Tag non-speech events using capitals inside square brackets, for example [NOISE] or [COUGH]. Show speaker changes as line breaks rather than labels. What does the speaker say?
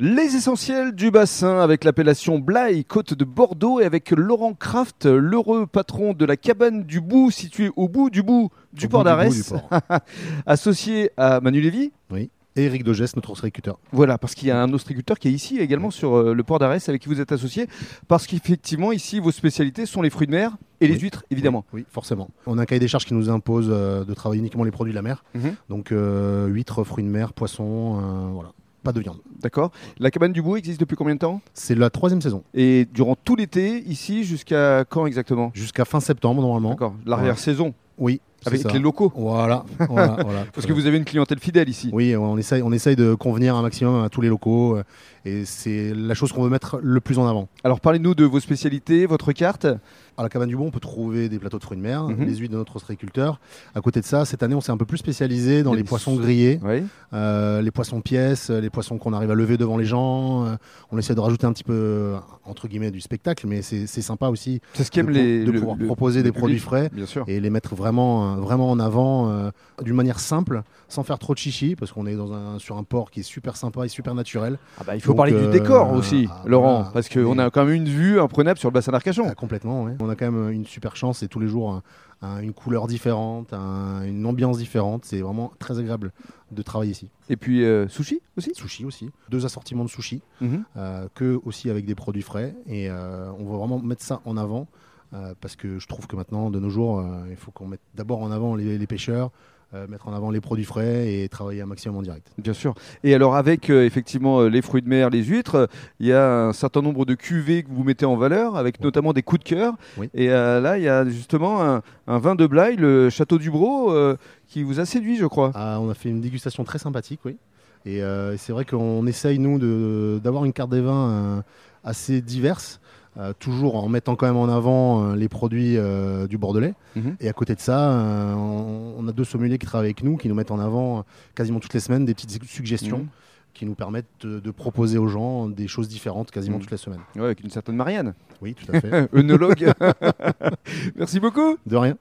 Les essentiels du bassin avec l'appellation Blaye, côte de Bordeaux et avec Laurent Kraft, l'heureux patron de la cabane du bout située au bout du bout du
Au
port
bout bout du
d'Arès,
port.
[LAUGHS] associé à Manu Lévy.
Et Eric Degès, notre horticulteur.
Voilà, parce qu'il y a un ostriculteur qui est ici également sur euh, le port d'Arès avec qui vous êtes associé. Parce qu'effectivement, ici, vos spécialités sont les fruits de mer et les
Oui.
huîtres, évidemment.
Oui, forcément. On a un cahier des charges qui nous impose euh, de travailler uniquement les produits de la mer.
Mhm.
Donc euh, huîtres, fruits de mer, poissons, euh, voilà. Pas de viande.
D'accord La cabane du bout existe depuis combien de temps
C'est la troisième saison.
Et durant tout l'été, ici, jusqu'à quand exactement
Jusqu'à fin septembre, normalement.
D'accord, l'arrière-saison,
Oui, c'est
avec
ça.
les locaux. [LAUGHS]
Voilà, voilà, voilà.
Parce que vous avez une clientèle fidèle ici.
Oui, on essaye, on essaye de convenir un maximum à tous les locaux. euh, Et c'est la chose qu'on veut mettre le plus en avant.
Alors parlez-nous de vos spécialités, votre carte.
À la cabane du Bon, on peut trouver des plateaux de fruits de mer,
Mhm.
les huîtres de notre ostréiculteur. À côté de ça, cette année, on s'est un peu plus spécialisé dans
Il y a
les
des
poissons
sous-
grillés.
Oui.
Euh, les poissons pièces, euh, les poissons qu'on arrive à lever devant les gens. euh, on essaie de rajouter un petit peu, euh, entre guillemets, du spectacle, mais c'est c'est sympa aussi
C'est ce
de,
qu'aiment
pou-
les.
de
le-
pouvoir
le-
proposer
le
des
public.
produits frais
Bien sûr.
et les mettre vraiment, euh, vraiment en avant euh, d'une manière simple, sans faire trop de chichi, parce qu'on est dans un, sur un port qui est super sympa et super naturel.
Ah bah, il faut
Donc,
parler du
euh,
décor aussi,
ah,
Laurent,
voilà.
parce qu'on
Mais-
a quand même une vue imprenable sur le bassin d'Arcachon.
Ah, complètement, ouais. On a quand même une super chance et tous les jours un- un- une couleur différente, un- une ambiance différente. C'est vraiment très agréable de travailler ici.
Et puis euh, sushi aussi.
Sushi aussi, deux assortiments de sushi.
Mhm.
euh, que aussi avec des produits frais. Et euh, on veut vraiment mettre ça en avant euh, parce que je trouve que maintenant, de nos jours, euh, il faut qu'on mette d'abord en avant les, les pêcheurs, euh, mettre en avant les produits frais et travailler un maximum en direct.
Bien sûr. Et alors avec euh, effectivement euh, les fruits de mer, les huîtres, euh, il y a un certain nombre de cuvées que vous mettez en valeur, avec
Oui.
notamment des coups de cœur.
Oui.
Et euh, là, il y a justement un, un vin de Blaye, le Château du Bro, euh, qui vous a séduit, je crois.
Ah, on a fait une dégustation très sympathique, oui. Et euh, c'est vrai qu'on essaye, nous, de- d'avoir une carte des vins euh, assez diverse, euh, toujours en mettant quand même en avant euh, les produits euh, du Bordelais.
Mhm.
Et à côté de ça, euh, on, on a deux sommeliers qui travaillent avec nous, qui nous mettent en avant euh, quasiment toutes les semaines des petites suggestions.
Mhm.
qui nous permettent de, de proposer aux gens des choses différentes quasiment
Mhm.
toutes les semaines.
[LAUGHS] Ouais, avec une certaine Marianne,
[LAUGHS] Oui, tout à fait.
œnologue. Merci beaucoup.
De rien.